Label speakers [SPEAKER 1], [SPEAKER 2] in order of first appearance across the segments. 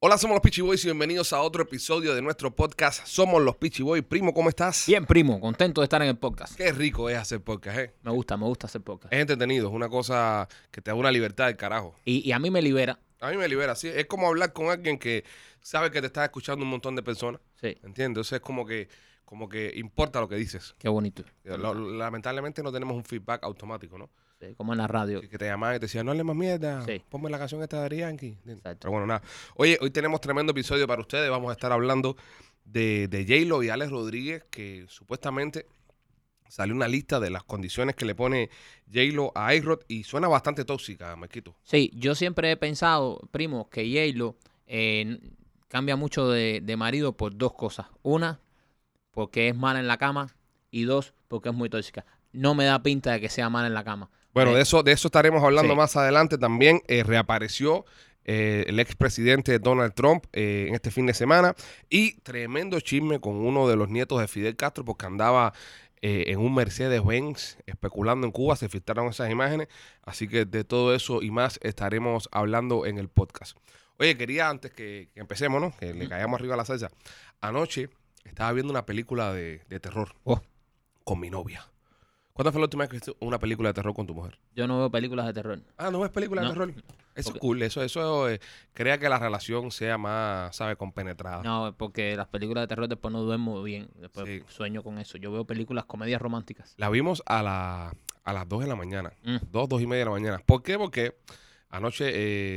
[SPEAKER 1] Hola, somos los Peachy Boys y bienvenidos a otro episodio de nuestro podcast. Somos los Peachy Boys. Primo, ¿cómo estás?
[SPEAKER 2] Bien, primo, contento de estar en el podcast.
[SPEAKER 1] Qué rico es hacer podcast, ¿eh?
[SPEAKER 2] Me gusta, me gusta hacer podcast.
[SPEAKER 1] Es entretenido, es una cosa que te da una libertad del carajo.
[SPEAKER 2] Y, y a mí me libera.
[SPEAKER 1] A mí me libera, sí. Es como hablar con alguien que sabe que te está escuchando un montón de personas,
[SPEAKER 2] Sí,
[SPEAKER 1] ¿entiendes? Entonces es como que, como que importa lo que dices.
[SPEAKER 2] qué bonito.
[SPEAKER 1] Lo- lamentablemente no tenemos un feedback automático, ¿no?
[SPEAKER 2] Sí, como en la radio.
[SPEAKER 1] Que te llamaban y te decían, no hables más mierda,
[SPEAKER 2] Sí.
[SPEAKER 1] ponme la canción esta de Yankee.
[SPEAKER 2] Exacto.
[SPEAKER 1] Pero bueno, nada. Oye, hoy tenemos tremendo episodio para ustedes. Vamos a estar hablando de, de J-Lo y Alex Rodríguez, que supuestamente salió una lista de las condiciones que le pone J-Lo a A-Rod y suena bastante tóxica, Marquito.
[SPEAKER 2] Sí, yo siempre he pensado, primo, que J-Lo eh, n- cambia mucho de, de marido por dos cosas. Una, porque es mala en la cama. Y dos, porque es muy tóxica. No me da pinta de que sea mala en la cama.
[SPEAKER 1] Bueno,
[SPEAKER 2] Eh,
[SPEAKER 1] de eso, de eso estaremos hablando
[SPEAKER 2] sí.
[SPEAKER 1] más adelante. También eh, reapareció eh, el expresidente Donald Trump eh, en este fin de semana. Y tremendo chisme con uno de los nietos de Fidel Castro, porque andaba eh, en un Mercedes-Benz especulando en Cuba. Se filtraron esas imágenes. Así que de todo eso y más estaremos hablando en el podcast. Oye, quería antes que, que empecemos, ¿no? Que le caigamos arriba a la salsa. Anoche estaba viendo una película de, de terror
[SPEAKER 2] Oh.
[SPEAKER 1] con mi novia. ¿Cuándo fue la última vez que viste una película de terror con tu mujer?
[SPEAKER 2] Yo no veo películas de terror.
[SPEAKER 1] Ah, no es película de
[SPEAKER 2] No.
[SPEAKER 1] terror. Eso
[SPEAKER 2] Porque-
[SPEAKER 1] es cool, eso, eso eh, crea que la relación sea más, ¿sabes? Compenetrada.
[SPEAKER 2] No, porque las películas de terror después no duermo bien. Después
[SPEAKER 1] Ah. Sí.
[SPEAKER 2] sueño con eso. Yo veo películas, comedias románticas.
[SPEAKER 1] La vimos a, la, a las 2 de la mañana.
[SPEAKER 2] Mm.
[SPEAKER 1] 2, 2 y media de la mañana. ¿Por qué? Porque anoche,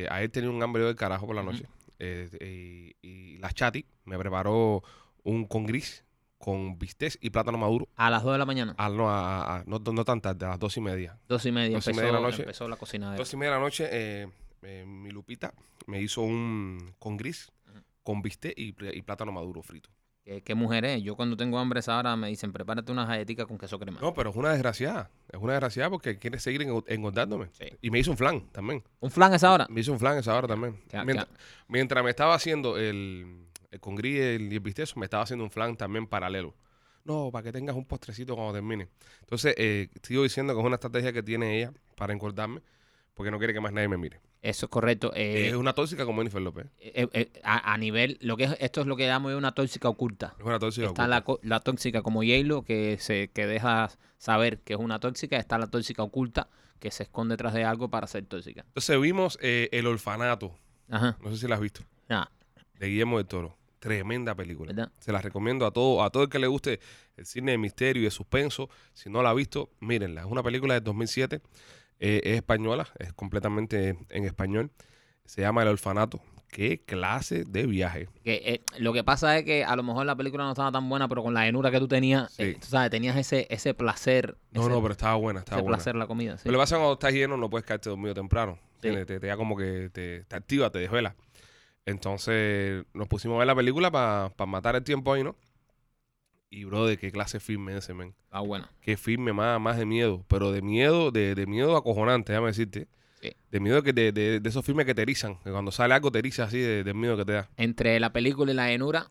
[SPEAKER 1] eh, a él tenía un hambre del carajo por la noche. Eh, eh, y la chati me preparó un con gris, con bistec y plátano maduro.
[SPEAKER 2] A las 2 de la mañana.
[SPEAKER 1] Ah, no, a- a- no, no tan tarde, a las 2 y media.
[SPEAKER 2] Dos y media,
[SPEAKER 1] Dos y
[SPEAKER 2] empezó,
[SPEAKER 1] media de la noche.
[SPEAKER 2] empezó la cocinadera.
[SPEAKER 1] Dos y media de la noche, eh, eh, mi Lupita me hizo un con gris,
[SPEAKER 2] Ujú.
[SPEAKER 1] con bistec y, pl- y plátano maduro frito.
[SPEAKER 2] ¿Qué, qué mujer es? Yo cuando tengo hambre a esa hora me dicen, prepárate unas galletitas con queso crema.
[SPEAKER 1] No, pero es una desgraciada. Es una desgraciada porque quiere seguir engo- engordándome.
[SPEAKER 2] Sí.
[SPEAKER 1] Y me hizo un flan también.
[SPEAKER 2] ¿Un flan a esa hora?
[SPEAKER 1] Me hizo un flan esa hora también.
[SPEAKER 2] Ya,
[SPEAKER 1] mientras,
[SPEAKER 2] ya.
[SPEAKER 1] mientras me estaba haciendo el, el con gris y el, y el bistezo, me estaba haciendo un flan también paralelo. No, para que tengas un postrecito cuando termine. Entonces, eh, sigo diciendo que es una estrategia que tiene ella para engordarme porque no quiere que más nadie me mire.
[SPEAKER 2] Eso es correcto. eh,
[SPEAKER 1] es una tóxica como Jennifer López.
[SPEAKER 2] eh, eh, a, a nivel, lo que es, esto es lo que llamo yo una tóxica oculta.
[SPEAKER 1] Es una tóxica.
[SPEAKER 2] Está la, co- la tóxica como Yalo, que se que deja saber que es una tóxica. Está la tóxica oculta, que se esconde detrás de algo para ser tóxica.
[SPEAKER 1] Entonces vimos eh, El Orfanato.
[SPEAKER 2] Ajá.
[SPEAKER 1] No sé si la has visto.
[SPEAKER 2] nada,
[SPEAKER 1] de Guillermo del Toro. Tremenda película.
[SPEAKER 2] ¿Verdad?
[SPEAKER 1] Se la recomiendo a todo, a todo el que le guste el cine de misterio y de suspenso. Si no la ha visto, mírenla. Es una película de 2007. eh, es española, es completamente en español. Se llama El Orfanato. Qué clase de viaje.
[SPEAKER 2] que, eh, lo que pasa es que a lo mejor la película no estaba tan buena, pero con la llenura que tú tenías,
[SPEAKER 1] Sí.
[SPEAKER 2] eh, tú sabes, tenías ese, ese placer.
[SPEAKER 1] No,
[SPEAKER 2] ese,
[SPEAKER 1] no, pero estaba buena, estaba
[SPEAKER 2] ese
[SPEAKER 1] buena.
[SPEAKER 2] placer la comida. sí.
[SPEAKER 1] Pero lo que pasa es que cuando estás lleno no puedes quedarte dormido temprano.
[SPEAKER 2] Sí.
[SPEAKER 1] Tiene- Te, te da como que te, te activa, te desvela. Entonces nos pusimos a ver la película para matar el tiempo ahí, ¿no? Y, bro, de qué clase firme ese, men.
[SPEAKER 2] Ah, bueno.
[SPEAKER 1] que firme más, más de miedo, pero de miedo, de, de miedo acojonante, déjame decirte.
[SPEAKER 2] Sí.
[SPEAKER 1] De miedo que te- de, de esos filmes que te erizan, que cuando sale algo te eriza así de, del miedo que te da.
[SPEAKER 2] entre la película y la llenura,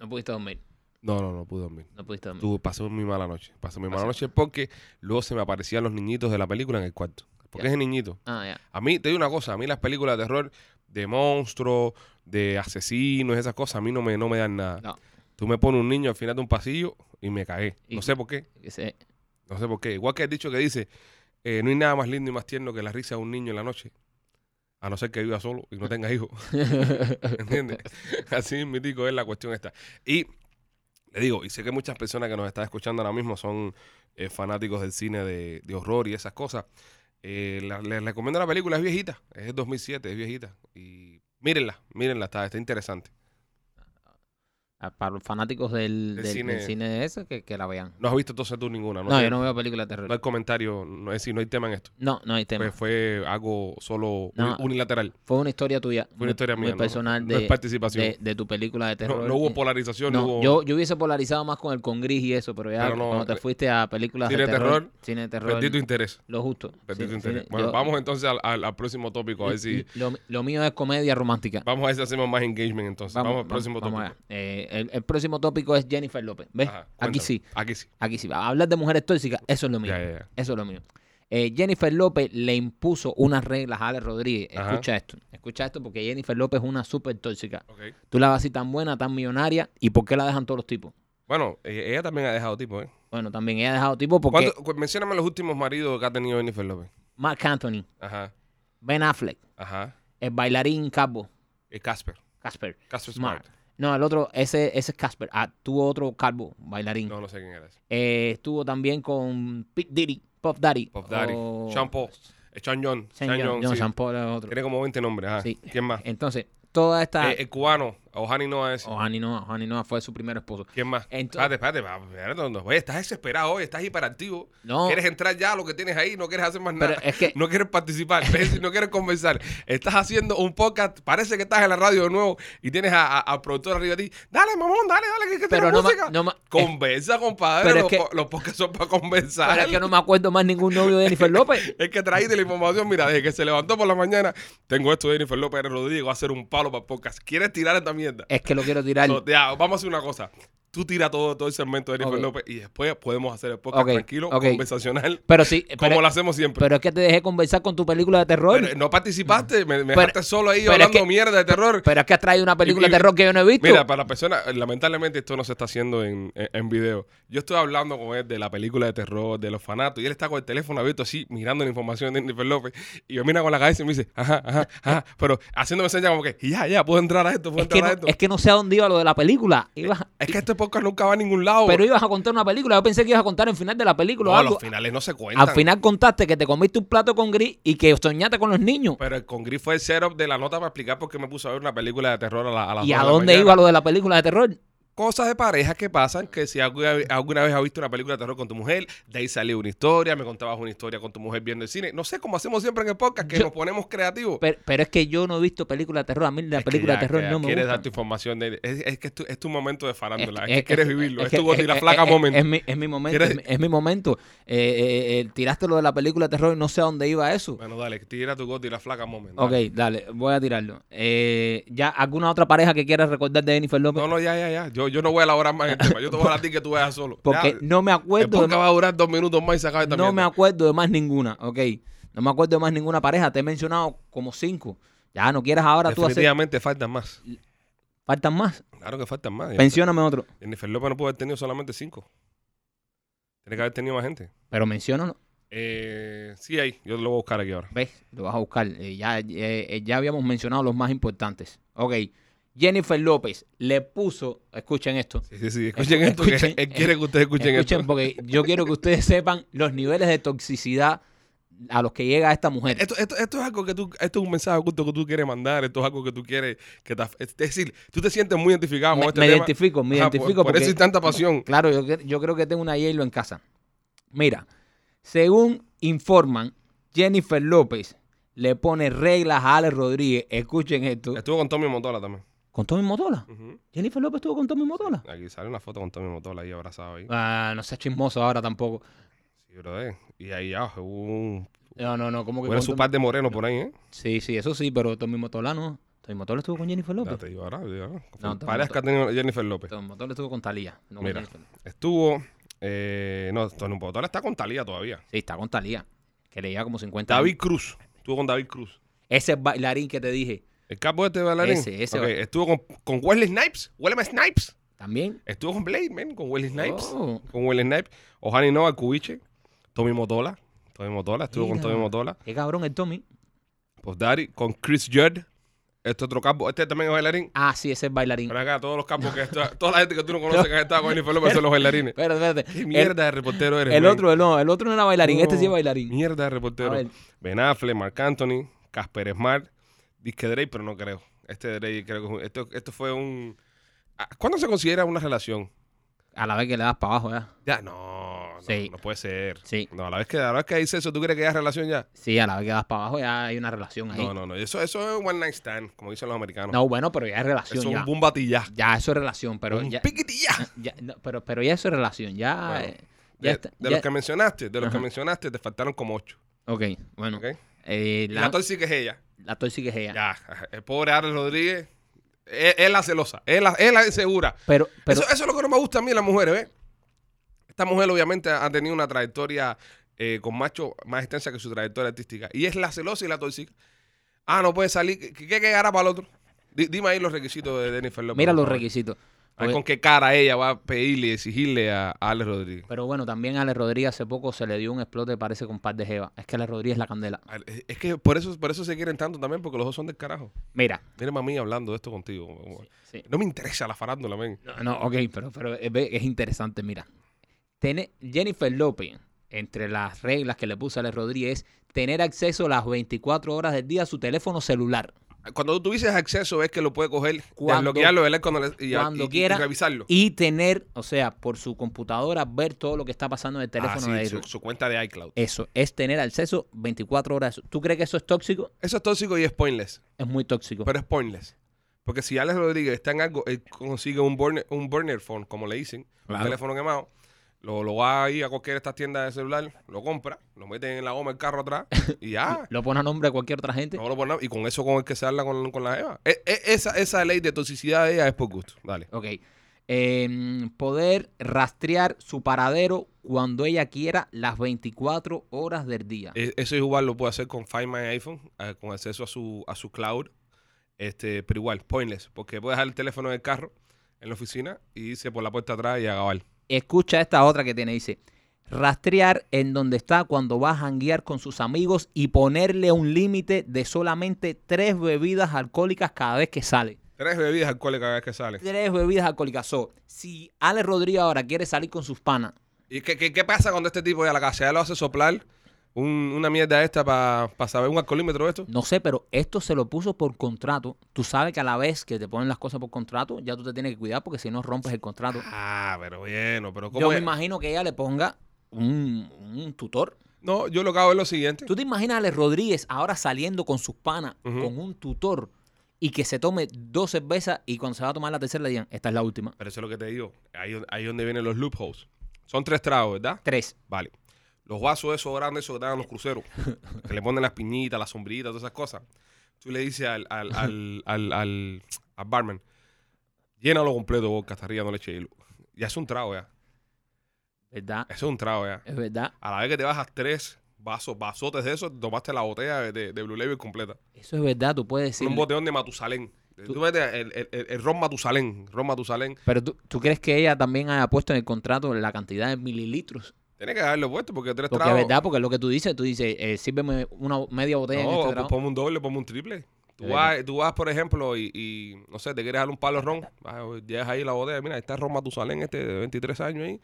[SPEAKER 2] no pudiste dormir.
[SPEAKER 1] No, no, no pude dormir.
[SPEAKER 2] No pudiste dormir.
[SPEAKER 1] Tú pasó muy mala noche. Pasó muy mala
[SPEAKER 2] Pasé-
[SPEAKER 1] noche porque luego se me aparecían los niñitos de la película en el cuarto. Porque
[SPEAKER 2] Ya.
[SPEAKER 1] es niñito.
[SPEAKER 2] Ah, ya.
[SPEAKER 1] A mí, te digo una cosa, a mí las películas de terror, de monstruos, de asesinos, esas cosas, a mí no me, no me dan nada.
[SPEAKER 2] No.
[SPEAKER 1] Tú me pones un niño al final de un pasillo y me cagué. No
[SPEAKER 2] Y-
[SPEAKER 1] sé por qué.
[SPEAKER 2] Ese-
[SPEAKER 1] No sé por qué. Igual que el dicho que dice, eh, no hay nada más lindo y más tierno que la risa de un niño en la noche. A no ser que viva solo y no tenga hijos. ¿Entiendes? Así mi tico es la cuestión esta. Y le digo, y sé que muchas personas que nos están escuchando ahora mismo son eh, fanáticos del cine de, de horror y esas cosas. Eh, la- les recomiendo la película, es viejita, es del 2007, es viejita. Y mírenla, mírenla, está, está interesante.
[SPEAKER 2] Ah, Para los fanáticos del,
[SPEAKER 1] Del
[SPEAKER 2] del- del
[SPEAKER 1] cine.
[SPEAKER 2] cine. de ese, que, que la vean.
[SPEAKER 1] No has visto entonces tú ninguna, ¿no?
[SPEAKER 2] No,
[SPEAKER 1] sé,
[SPEAKER 2] yo no veo películas de
[SPEAKER 1] no hay
[SPEAKER 2] terror.
[SPEAKER 1] comentario, no, es decir, no hay tema en esto.
[SPEAKER 2] No, no hay tema.
[SPEAKER 1] Pues fue algo solo
[SPEAKER 2] No.
[SPEAKER 1] uni- unilateral.
[SPEAKER 2] Fue una historia tuya.
[SPEAKER 1] Fue una
[SPEAKER 2] muy-
[SPEAKER 1] historia
[SPEAKER 2] muy
[SPEAKER 1] mía. no-
[SPEAKER 2] personal
[SPEAKER 1] no,
[SPEAKER 2] de,
[SPEAKER 1] es participación.
[SPEAKER 2] de- de tu película de
[SPEAKER 1] No-
[SPEAKER 2] terror.
[SPEAKER 1] no, hubo
[SPEAKER 2] Eh,
[SPEAKER 1] polarización,
[SPEAKER 2] no,
[SPEAKER 1] no, hubo
[SPEAKER 2] yo, yo hubiese polarizado más con el Congris y eso, pero ya
[SPEAKER 1] Pero no,
[SPEAKER 2] cuando te
[SPEAKER 1] eh,
[SPEAKER 2] fuiste a películas
[SPEAKER 1] cine
[SPEAKER 2] de
[SPEAKER 1] de
[SPEAKER 2] terror,
[SPEAKER 1] terror,
[SPEAKER 2] cine de terror,
[SPEAKER 1] perdí tu interés.
[SPEAKER 2] lo justo.
[SPEAKER 1] perdí tu
[SPEAKER 2] Cine-
[SPEAKER 1] interés.
[SPEAKER 2] cine-
[SPEAKER 1] bueno,
[SPEAKER 2] yo-
[SPEAKER 1] vamos entonces al, al- al próximo tópico, a ver si
[SPEAKER 2] lo, lo mío es comedia romántica.
[SPEAKER 1] vamos a ver si hacemos más engagement entonces. Vamos, al próximo
[SPEAKER 2] vamos
[SPEAKER 1] tópico.
[SPEAKER 2] allá. Eh, el, el próximo tópico es Jennifer López. ¿Ves?
[SPEAKER 1] Ajá,
[SPEAKER 2] Aquí
[SPEAKER 1] cuéntame.
[SPEAKER 2] sí.
[SPEAKER 1] Aquí sí.
[SPEAKER 2] Aquí sí, hablar de mujeres tóxicas, eso es lo mío.
[SPEAKER 1] Ya, ya, ya.
[SPEAKER 2] Eso es lo mío. Eh, Jennifer López le impuso unas reglas a Alex Rodríguez.
[SPEAKER 1] Ajá.
[SPEAKER 2] Escucha esto, escucha esto porque Jennifer López es una súper tóxica.
[SPEAKER 1] Ok.
[SPEAKER 2] Tú la vas así tan buena, tan millonaria, ¿y por qué la dejan todos los tipos?
[SPEAKER 1] Bueno, eh, ella también ha dejado tipo, ¿eh?
[SPEAKER 2] Bueno, también ella ha dejado tipos porque
[SPEAKER 1] ¿Cuánto- cu- Mencióname los últimos maridos que ha tenido Jennifer López.
[SPEAKER 2] Mark Anthony,
[SPEAKER 1] Ajá,
[SPEAKER 2] Ben Affleck,
[SPEAKER 1] ajá.
[SPEAKER 2] el bailarín Cabo,
[SPEAKER 1] Eh, Casper.
[SPEAKER 2] Casper.
[SPEAKER 1] Casper Smart.
[SPEAKER 2] Smart. No, el otro, ese, ese es Casper. Ah, tuvo otro calvo, bailarín.
[SPEAKER 1] No, no sé quién era ese.
[SPEAKER 2] Eh, estuvo también con Pete Diddy, Pop Daddy.
[SPEAKER 1] Pop Daddy.
[SPEAKER 2] o-
[SPEAKER 1] Sean Paul. Eh, Sean John.
[SPEAKER 2] Oh. Sean
[SPEAKER 1] Sean
[SPEAKER 2] John-
[SPEAKER 1] John,
[SPEAKER 2] John
[SPEAKER 1] sí.
[SPEAKER 2] Sean Paul es otro.
[SPEAKER 1] Tiene como 20 nombres. Ajá.
[SPEAKER 2] Sí.
[SPEAKER 1] ¿Quién más?
[SPEAKER 2] Entonces, toda esta...
[SPEAKER 1] Eh, el cubano. Ohani Noah ese.
[SPEAKER 2] Ohani Noah, Ohani Noah fue su primer esposo.
[SPEAKER 1] ¿Quién más?
[SPEAKER 2] Ento-
[SPEAKER 1] espérate, espérate, va, espérate, no, no, oye, estás desesperado hoy, estás hiperactivo.
[SPEAKER 2] No.
[SPEAKER 1] Quieres este entrar ya a lo que tienes ahí, no quieres hacer más
[SPEAKER 2] Pero
[SPEAKER 1] nada.
[SPEAKER 2] es que-
[SPEAKER 1] No quieres participar, es decir, no quieres conversar. Estás haciendo un podcast, parece que estás en la radio de nuevo y tienes a, a- al productor arriba de ti. Dale, mamón, dale, dale, que, que
[SPEAKER 2] Pero
[SPEAKER 1] tiene
[SPEAKER 2] no ma-
[SPEAKER 1] música.
[SPEAKER 2] no ma-
[SPEAKER 1] Conversa, compadre.
[SPEAKER 2] Pero es
[SPEAKER 1] los,
[SPEAKER 2] que-
[SPEAKER 1] po- los podcasts son para
[SPEAKER 2] Pero
[SPEAKER 1] conversar.
[SPEAKER 2] es que no me acuerdo más ningún novio de Jennifer López.
[SPEAKER 1] Es que traíste la información, mira, desde que se levantó por la mañana, tengo esto de Jennifer López Rodríguez, va a hacer un palo para el podcast. ¿Quieres tirar esta mierda?
[SPEAKER 2] Es que lo quiero tirar.
[SPEAKER 1] So, ya, vamos a hacer una cosa. Tú tira todo, todo el segmento de Jennifer
[SPEAKER 2] Ok.
[SPEAKER 1] López y después podemos hacer el podcast
[SPEAKER 2] Ok,
[SPEAKER 1] tranquilo,
[SPEAKER 2] ok.
[SPEAKER 1] conversacional,
[SPEAKER 2] Pero sí,
[SPEAKER 1] como
[SPEAKER 2] pero,
[SPEAKER 1] lo hacemos siempre.
[SPEAKER 2] pero es que te dejé conversar con tu película de terror.
[SPEAKER 1] Pero no participaste, me, me
[SPEAKER 2] Pero-
[SPEAKER 1] dejaste solo ahí
[SPEAKER 2] pero es
[SPEAKER 1] hablando
[SPEAKER 2] que-
[SPEAKER 1] mierda de terror.
[SPEAKER 2] Pero es que has traído una película
[SPEAKER 1] Y-
[SPEAKER 2] de terror que yo no he visto.
[SPEAKER 1] Mira, para la persona, lamentablemente esto no se está haciendo en, en- en video. Yo estoy hablando con él de la película de terror, de los fanatos, y él está con el teléfono abierto así, mirando la información de Jennifer López, y me mira con la cabeza y me dice, ajá, ajá, ajá, pero haciéndome señas como que, ya, ya, puedo entrar a esto, puedo
[SPEAKER 2] Eh, es, que
[SPEAKER 1] entrar
[SPEAKER 2] no,
[SPEAKER 1] a esto.
[SPEAKER 2] es que no sé a dónde iba lo de la película. Ibas-
[SPEAKER 1] Es que este podcast nunca va a ningún lado.
[SPEAKER 2] pero ibas a contar una película. Yo pensé que ibas a contar el final de la película. o
[SPEAKER 1] no,
[SPEAKER 2] algo.
[SPEAKER 1] los finales no se cuentan.
[SPEAKER 2] Al final contaste que te comiste un plato con gris y que soñaste con los niños.
[SPEAKER 1] Pero el Congri fue el setup de la nota para explicar por qué me puse a ver una película de terror a, la, a las
[SPEAKER 2] ¿Y
[SPEAKER 1] dos
[SPEAKER 2] a
[SPEAKER 1] de la
[SPEAKER 2] dónde
[SPEAKER 1] mañana.
[SPEAKER 2] iba lo de la película de terror?
[SPEAKER 1] Cosas de parejas que pasan, que si alguna, alguna vez has visto una película de terror con tu mujer, de ahí salió una historia, me contabas una historia con tu mujer viendo el cine. No sé, como hacemos siempre en el podcast, que
[SPEAKER 2] Yo-
[SPEAKER 1] nos ponemos creativos.
[SPEAKER 2] Pero, pero es que yo no he visto película de terror. A mí la
[SPEAKER 1] Pues, Es que
[SPEAKER 2] película
[SPEAKER 1] ya,
[SPEAKER 2] de terror
[SPEAKER 1] que ya
[SPEAKER 2] no me
[SPEAKER 1] quieres
[SPEAKER 2] gusta.
[SPEAKER 1] dar tu información. De, es, es que es tu, es tu momento de farándula. Es,
[SPEAKER 2] Es-
[SPEAKER 1] que
[SPEAKER 2] es-
[SPEAKER 1] quieres
[SPEAKER 2] es-
[SPEAKER 1] vivirlo. Es,
[SPEAKER 2] que-
[SPEAKER 1] tu gotila
[SPEAKER 2] es-
[SPEAKER 1] flaca
[SPEAKER 2] es-
[SPEAKER 1] moment.
[SPEAKER 2] Es mi, es mi momento,
[SPEAKER 1] ¿Quieres-
[SPEAKER 2] es mi, es mi momento. Eh, eh, eh, tiraste lo de la película de terror y no sé a dónde iba eso.
[SPEAKER 1] bueno, dale, tira tu gotila flaca moment.
[SPEAKER 2] Ok,
[SPEAKER 1] dale.
[SPEAKER 2] dale, voy a tirarlo. Eh, ¿Ya alguna otra pareja que quieras recordar de Jennifer López?
[SPEAKER 1] No, no, ya, ya, ya. Yo, yo no voy a elaborar más el tema. Yo te voy a dar a ti que tú veas solo.
[SPEAKER 2] Porque
[SPEAKER 1] Ya,
[SPEAKER 2] no me
[SPEAKER 1] el
[SPEAKER 2] acuerdo de
[SPEAKER 1] podcast va a durar dos minutos más y se acaba esta
[SPEAKER 2] No
[SPEAKER 1] mierda.
[SPEAKER 2] me acuerdo de más ninguna, ok. No me acuerdo de más ninguna pareja. Te he mencionado como cinco. Ya no quieras ahora tú hacer.
[SPEAKER 1] Definitivamente faltan más.
[SPEAKER 2] Faltan más.
[SPEAKER 1] Claro que faltan más.
[SPEAKER 2] Mencióname otro.
[SPEAKER 1] Jennifer López no pudo haber tenido solamente cinco. Tiene que haber tenido más gente.
[SPEAKER 2] Pero menciónalo.
[SPEAKER 1] Eh, sí, ahí. Yo lo voy a buscar aquí ahora.
[SPEAKER 2] ¿Ves? Lo vas a buscar. Eh, ya, eh, eh, ya habíamos mencionado los más importantes. Ok. Jennifer López le puso. Escuchen esto.
[SPEAKER 1] Sí, sí, sí. Escuchen esto. que
[SPEAKER 2] Escuchen,
[SPEAKER 1] él quiere que ustedes escuchen,
[SPEAKER 2] Escuchen,
[SPEAKER 1] esto.
[SPEAKER 2] porque yo quiero que ustedes sepan los niveles de toxicidad a los que llega esta mujer.
[SPEAKER 1] Esto, esto, esto es algo que tú, esto es un mensaje oculto que tú quieres mandar, esto es algo que tú quieres, que te af- es decir, tú te sientes muy identificado
[SPEAKER 2] me
[SPEAKER 1] con este
[SPEAKER 2] me
[SPEAKER 1] tema.
[SPEAKER 2] identifico, me
[SPEAKER 1] Ajá,
[SPEAKER 2] identifico.
[SPEAKER 1] por, por eso hay
[SPEAKER 2] porque-
[SPEAKER 1] tanta pasión.
[SPEAKER 2] Claro, yo, cre- yo creo que tengo una hielo en casa. Mira, según informan, Jennifer López le pone reglas a Alex Rodríguez. Escuchen esto.
[SPEAKER 1] Estuvo con Tommy Motola también.
[SPEAKER 2] ¿Con Tommy Motola?
[SPEAKER 1] Ujú.
[SPEAKER 2] ¿Jennifer López estuvo con Tommy Motola?
[SPEAKER 1] Aquí sale una foto con Tommy Motola ahí abrazado ahí.
[SPEAKER 2] Ah, no seas chismoso ahora tampoco.
[SPEAKER 1] Sí, brother. Y ahí ya hubo un...
[SPEAKER 2] No, no, no, como que.
[SPEAKER 1] Bueno,
[SPEAKER 2] con
[SPEAKER 1] su
[SPEAKER 2] Tommy-
[SPEAKER 1] par de moreno por ahí, ¿eh?
[SPEAKER 2] Sí, sí, eso sí, pero Tommy Motola no. Tommy Motola estuvo con Jennifer
[SPEAKER 1] Ya
[SPEAKER 2] López.
[SPEAKER 1] te digo ahora, te digo ahora.
[SPEAKER 2] No, te-
[SPEAKER 1] Parejas que ha tenido Jennifer López.
[SPEAKER 2] Tommy Motola estuvo con Talía. No con
[SPEAKER 1] Mira.
[SPEAKER 2] Jennifer López.
[SPEAKER 1] Estuvo. eh, no, Tony Potola está con Talía todavía.
[SPEAKER 2] Sí, está con Talía. Que le lleva como 50 años.
[SPEAKER 1] David Cruz. Estuvo con David Cruz.
[SPEAKER 2] Ese bailarín que te dije.
[SPEAKER 1] El capo de este bailarín.
[SPEAKER 2] Ese, ese
[SPEAKER 1] Ok,
[SPEAKER 2] va-
[SPEAKER 1] Estuvo con, con Wesley Snipes. Wesley Snipes.
[SPEAKER 2] También.
[SPEAKER 1] Estuvo con Blade, man. Con Wesley Snipes.
[SPEAKER 2] Oh.
[SPEAKER 1] Con Wesley Snipes. Ohani Nova, Cubiche. Tommy Motola. Tommy Motola. Estuvo
[SPEAKER 2] Mira.
[SPEAKER 1] con Tommy Motola.
[SPEAKER 2] Qué cabrón el Tommy.
[SPEAKER 1] Pues Daddy. Con Chris Judd. Este otro capo. Este también es bailarín.
[SPEAKER 2] Ah, sí, ese es bailarín.
[SPEAKER 1] Pero acá, todos los capos que está- toda la gente que tú no conoces que ha estado con Jennifer López son los bailarines.
[SPEAKER 2] Espérate, espérate.
[SPEAKER 1] ¿Qué mierda de reportero
[SPEAKER 2] El,
[SPEAKER 1] eres?
[SPEAKER 2] el
[SPEAKER 1] man?
[SPEAKER 2] otro, no, el otro no era bailarín, este sí es
[SPEAKER 1] No,
[SPEAKER 2] bailarín.
[SPEAKER 1] Mierda de
[SPEAKER 2] A ver.
[SPEAKER 1] reportero. Ben Affleck, Marc Anthony, Casper Smart, Disque Drake, pero no creo. Este Drake creo que es un- esto, esto fue un... Ah, ¿Cuándo se considera una relación?
[SPEAKER 2] A la vez que le das para abajo, ya.
[SPEAKER 1] Ya, no, no,
[SPEAKER 2] Sí.
[SPEAKER 1] no puede ser.
[SPEAKER 2] Sí.
[SPEAKER 1] No, a la vez que, a la vez que dice eso, ¿tú crees que ya es relación ya?
[SPEAKER 2] Sí, a la vez que le das para abajo ya hay una relación ahí.
[SPEAKER 1] No,
[SPEAKER 2] No,
[SPEAKER 1] no, no. Eso, eso es one night stand, como dicen los americanos.
[SPEAKER 2] bueno, pero ya es
[SPEAKER 1] eso es
[SPEAKER 2] relación
[SPEAKER 1] un
[SPEAKER 2] ya.
[SPEAKER 1] boom batillá.
[SPEAKER 2] Ya eso es relación, pero
[SPEAKER 1] un
[SPEAKER 2] ya,
[SPEAKER 1] piquitillá.
[SPEAKER 2] ya- no, pero, pero ya eso es relación, ya.
[SPEAKER 1] Bueno,
[SPEAKER 2] eh,
[SPEAKER 1] De,
[SPEAKER 2] ya está-
[SPEAKER 1] de
[SPEAKER 2] ya-
[SPEAKER 1] los que mencionaste, de los que
[SPEAKER 2] Ajá.
[SPEAKER 1] mencionaste, te faltaron como ocho.
[SPEAKER 2] Ok, bueno.
[SPEAKER 1] ¿ok?
[SPEAKER 2] eh,
[SPEAKER 1] Y
[SPEAKER 2] la,
[SPEAKER 1] La, tóxica es ella.
[SPEAKER 2] la tóxica es ella.
[SPEAKER 1] Ya, el pobre Ares Rodríguez, es, es la celosa, es la, es la insegura.
[SPEAKER 2] Pero, pero
[SPEAKER 1] eso, eso es lo que no me gusta a mí de las mujeres, ¿ves? Esta mujer obviamente ha tenido una trayectoria eh, con macho más extensa que su trayectoria artística. Y es la celosa y la tóxica. Ah, no puede salir. ¿Qué, qué quedará para el otro? Di- dime ahí los requisitos de Jennifer López.
[SPEAKER 2] Mira
[SPEAKER 1] por
[SPEAKER 2] los
[SPEAKER 1] favor.
[SPEAKER 2] requisitos.
[SPEAKER 1] A ver con qué cara ella va a pedirle y exigirle a, a Alex Rodríguez.
[SPEAKER 2] Pero bueno, también a Ale Rodríguez hace poco se le dio un explote, parece con par de jeva. Es que Ale Rodríguez es la candela.
[SPEAKER 1] Al- Es es que por eso, por eso se quieren tanto también, porque los dos son del carajo.
[SPEAKER 2] Mira.
[SPEAKER 1] Mira, mami, hablando de esto contigo.
[SPEAKER 2] Sí.
[SPEAKER 1] No me interesa la farándula, men.
[SPEAKER 2] No, no, ok, pero, pero es, ve, es interesante, mira. Tener Jennifer López, entre las reglas que le puso Ale Rodríguez, es tener acceso las 24 horas del día a su teléfono celular.
[SPEAKER 1] Cuando tú tuvieses acceso, es que lo puede coger,
[SPEAKER 2] Cuando-
[SPEAKER 1] desbloquearlo, ¿verdad? Cuando le- y,
[SPEAKER 2] cuando
[SPEAKER 1] y- y
[SPEAKER 2] quiera.
[SPEAKER 1] revisarlo.
[SPEAKER 2] Y tener, o sea, por su computadora, ver todo lo que está pasando en el teléfono
[SPEAKER 1] Ah, sí,
[SPEAKER 2] de
[SPEAKER 1] su,
[SPEAKER 2] él.
[SPEAKER 1] su cuenta de iCloud.
[SPEAKER 2] Eso, es tener acceso 24 horas. ¿Tú crees que eso es tóxico?
[SPEAKER 1] Eso es tóxico y es pointless.
[SPEAKER 2] Es muy tóxico.
[SPEAKER 1] Pero es pointless. Porque si Alex Rodríguez está en algo, él consigue un burner, un burner phone, como le dicen,
[SPEAKER 2] Claro.
[SPEAKER 1] un teléfono quemado, lo, lo va ahí a cualquier de estas tiendas de celular, lo compra, lo mete en la goma del carro atrás y ya.
[SPEAKER 2] ¿Lo pone a nombre de cualquier otra gente?
[SPEAKER 1] No lo pone- y con eso con el que se habla con, con la Eva. E- e- esa, esa ley de toxicidad de ella es por gusto. Dale.
[SPEAKER 2] Ok. Em, poder rastrear su paradero cuando ella quiera las 24 horas del día.
[SPEAKER 1] E- Eso igual lo puede hacer con Find My iPhone, eh, con acceso a su, a su cloud. Este, pero igual, pointless, porque puede dejar el teléfono en el carro, en la oficina, y irse por la puerta atrás y acabar.
[SPEAKER 2] Escucha esta otra que tiene, dice. Rastrear en donde está cuando va a janguear con sus amigos y ponerle un límite de solamente tres bebidas alcohólicas cada vez que sale.
[SPEAKER 1] Tres bebidas alcohólicas cada vez que sale.
[SPEAKER 2] Tres bebidas alcohólicas. So, si Ale Rodríguez ahora quiere salir con sus panas,
[SPEAKER 1] ¿Y qué, qué- qué pasa cuando este tipo de a la casa? ¿Ya lo hace soplar un- una mierda esta para saber un alcoholímetro de esto?
[SPEAKER 2] no sé, pero esto se lo puso por contrato. Tú sabes que a la vez que te ponen las cosas por contrato, ya tú te tienes que cuidar porque si no rompes el contrato.
[SPEAKER 1] Ah, pero bueno, pero
[SPEAKER 2] Yo
[SPEAKER 1] ¿cómo
[SPEAKER 2] me
[SPEAKER 1] es?
[SPEAKER 2] imagino que ella le ponga un, un tutor.
[SPEAKER 1] No, yo lo que hago es lo siguiente.
[SPEAKER 2] ¿Tú te imaginas a Ale Rodríguez ahora saliendo con sus panas,
[SPEAKER 1] Ujú.
[SPEAKER 2] con un tutor, y que se tome dos cervezas y cuando se va a tomar la tercera le digan, esta es la última?
[SPEAKER 1] Pero eso es lo que te digo. Ahí, ahí es donde vienen los loopholes. Son tres tragos, ¿verdad?
[SPEAKER 2] Tres.
[SPEAKER 1] Vale. Los vasos esos grandes, esos que te dan en los cruceros, que le ponen las piñitas, las sombritas, todas esas cosas. Tú le dices al, al, al, al, al- al barman, llénalo completo, vodka, hasta arriba, no le eches hilo. Ya es un trago, ya.
[SPEAKER 2] ¿Verdad?
[SPEAKER 1] Eso es un trago, ya.
[SPEAKER 2] Es verdad.
[SPEAKER 1] A la vez que te bajas tres vasos, vasotes de esos, tomaste la botella de, de- de Blue Label completa.
[SPEAKER 2] Eso es verdad, tú puedes
[SPEAKER 1] Con
[SPEAKER 2] decir.
[SPEAKER 1] un boteón de Matusalén. Tú, metes el, el, el, el ron Matusalén, ron Matusalén.
[SPEAKER 2] Pero tú, ¿tú crees que ella también haya puesto en el contrato la cantidad de mililitros.
[SPEAKER 1] Tienes que darle puesto porque tres
[SPEAKER 2] Porque es
[SPEAKER 1] tragos.
[SPEAKER 2] verdad, porque es lo que tú dices, tú dices, eh, sírveme una media botella en
[SPEAKER 1] No,
[SPEAKER 2] este
[SPEAKER 1] pues
[SPEAKER 2] trago.
[SPEAKER 1] ponme un doble, ponme un triple. Tú
[SPEAKER 2] De
[SPEAKER 1] vas, tú vas, por ejemplo, y, y, no sé, te quieres dar un palo de ron, vas, llegas ahí la bodega, mira, ahí está Ron Matusalén, este de 23 años ahí.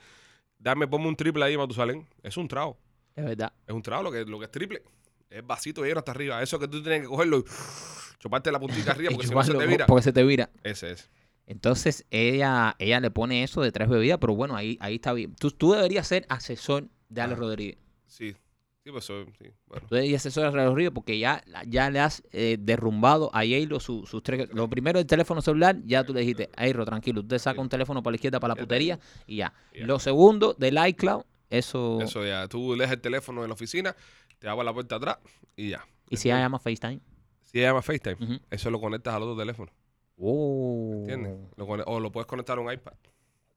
[SPEAKER 1] Dame, ponme un triple ahí, Matusalén. Es un trago,
[SPEAKER 2] Es verdad.
[SPEAKER 1] es un trago lo que, lo que es triple. Es vasito lleno hasta arriba. Eso que tú tienes que cogerlo y chuparte la puntita arriba
[SPEAKER 2] Y
[SPEAKER 1] porque si no se
[SPEAKER 2] chuparlo,
[SPEAKER 1] te vira.
[SPEAKER 2] Porque se te vira.
[SPEAKER 1] Ese es.
[SPEAKER 2] Entonces ella, ella le pone eso de tres bebidas, pero bueno, ahí, ahí está bien. Tú, tú deberías ser asesor de Ale
[SPEAKER 1] Ah.
[SPEAKER 2] Rodríguez.
[SPEAKER 1] Sí. Sí, pues soy- sí. Bueno.
[SPEAKER 2] Tú deberías ser asesor de Ale Rodríguez porque ya, ya le has eh, derrumbado a Yalo sus tres. Lo primero, el teléfono celular, ya tú le dijiste, Airo, tranquilo, usted saca un teléfono para la izquierda, para la
[SPEAKER 1] Ya está.
[SPEAKER 2] putería y ya.
[SPEAKER 1] Ya.
[SPEAKER 2] Lo segundo, del iCloud, eso.
[SPEAKER 1] Eso ya. Tú dejas el teléfono en la oficina, te abres la puerta atrás y ya.
[SPEAKER 2] y si ella llama FaceTime.
[SPEAKER 1] Si llama FaceTime,
[SPEAKER 2] Ujú.
[SPEAKER 1] eso lo conectas al otro teléfono.
[SPEAKER 2] Oh.
[SPEAKER 1] ¿Entiendes? Lo cone- o lo puedes conectar a un iPad.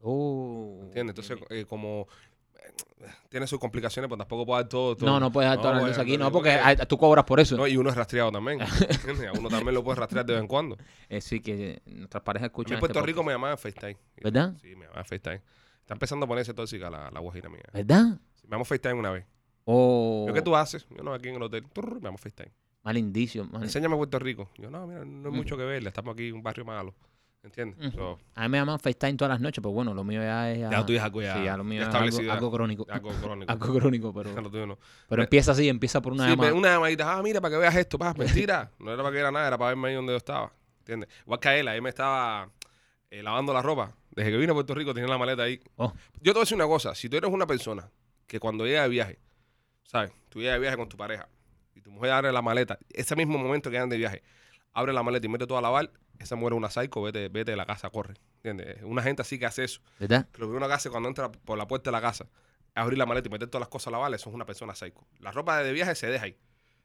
[SPEAKER 2] Oh.
[SPEAKER 1] ¿Entiendes? Entonces, eh, como eh, tiene sus complicaciones, pues tampoco puedo dar todo. todo.
[SPEAKER 2] No, no puedes dar toda la
[SPEAKER 1] bueno,
[SPEAKER 2] luz aquí, no,
[SPEAKER 1] entonces,
[SPEAKER 2] porque
[SPEAKER 1] eh,
[SPEAKER 2] ah, tú cobras por eso.
[SPEAKER 1] no, y uno es rastreado también. ¿entiendes? A uno también lo puedes rastrear de vez en cuando. A mí
[SPEAKER 2] Eh, sí, que nuestras parejas escuchan.
[SPEAKER 1] en
[SPEAKER 2] este
[SPEAKER 1] Puerto
[SPEAKER 2] podcast.
[SPEAKER 1] Rico me llamaban FaceTime.
[SPEAKER 2] ¿Verdad?
[SPEAKER 1] Sí, me llamaban FaceTime. Está empezando a ponerse tóxica la, la guajira mía.
[SPEAKER 2] ¿Verdad?
[SPEAKER 1] Sí, me llamó FaceTime una vez.
[SPEAKER 2] Eh. Oh.
[SPEAKER 1] Yo, ¿Qué tú haces? Yo no, aquí en el hotel. Turr, me llamó FaceTime.
[SPEAKER 2] Mal indicio. mal-
[SPEAKER 1] Enséñame Puerto Rico. Yo, no, mira, no hay
[SPEAKER 2] Ujú.
[SPEAKER 1] mucho que ver. Estamos aquí en un barrio malo. ¿Entiendes?
[SPEAKER 2] Ujú.
[SPEAKER 1] So,
[SPEAKER 2] A mí me llaman FaceTime todas las noches, pero bueno, lo mío ya es.
[SPEAKER 1] Ya tú ya es algo ya-
[SPEAKER 2] Sí, lo mío
[SPEAKER 1] ya
[SPEAKER 2] es algo,
[SPEAKER 1] establecido,
[SPEAKER 2] algo crónico.
[SPEAKER 1] algo crónico.
[SPEAKER 2] Algo crónico, pero,
[SPEAKER 1] Lo tuyo no.
[SPEAKER 2] pero empieza así, empieza por una
[SPEAKER 1] sí,
[SPEAKER 2] llamada.
[SPEAKER 1] me- una llamadita. Ah, mira, para que veas esto, pa, mentira. no era para que viera nada, era para verme ahí donde yo estaba. ¿Entiendes? Igual que a él, ahí me estaba eh, lavando la ropa. Desde que vine a Puerto Rico tenía la maleta ahí.
[SPEAKER 2] Oh.
[SPEAKER 1] Yo te voy a decir una cosa. Si tú eres una persona que cuando llega de viaje, ¿sabes? Tú llegas de viaje con tu pareja y tu mujer abre la maleta, ese mismo momento que andan de viaje, abre la maleta y mete todo a lavar, esa mujer es una psycho, vete, vete de la casa, corre. ¿Entiendes? Una gente así que hace eso.
[SPEAKER 2] ¿Verdad?
[SPEAKER 1] Que lo que uno hace cuando entra por la puerta de la casa, abrir la maleta y meter todas las cosas a lavar, eso es una persona psycho. La ropa de viaje se deja ahí.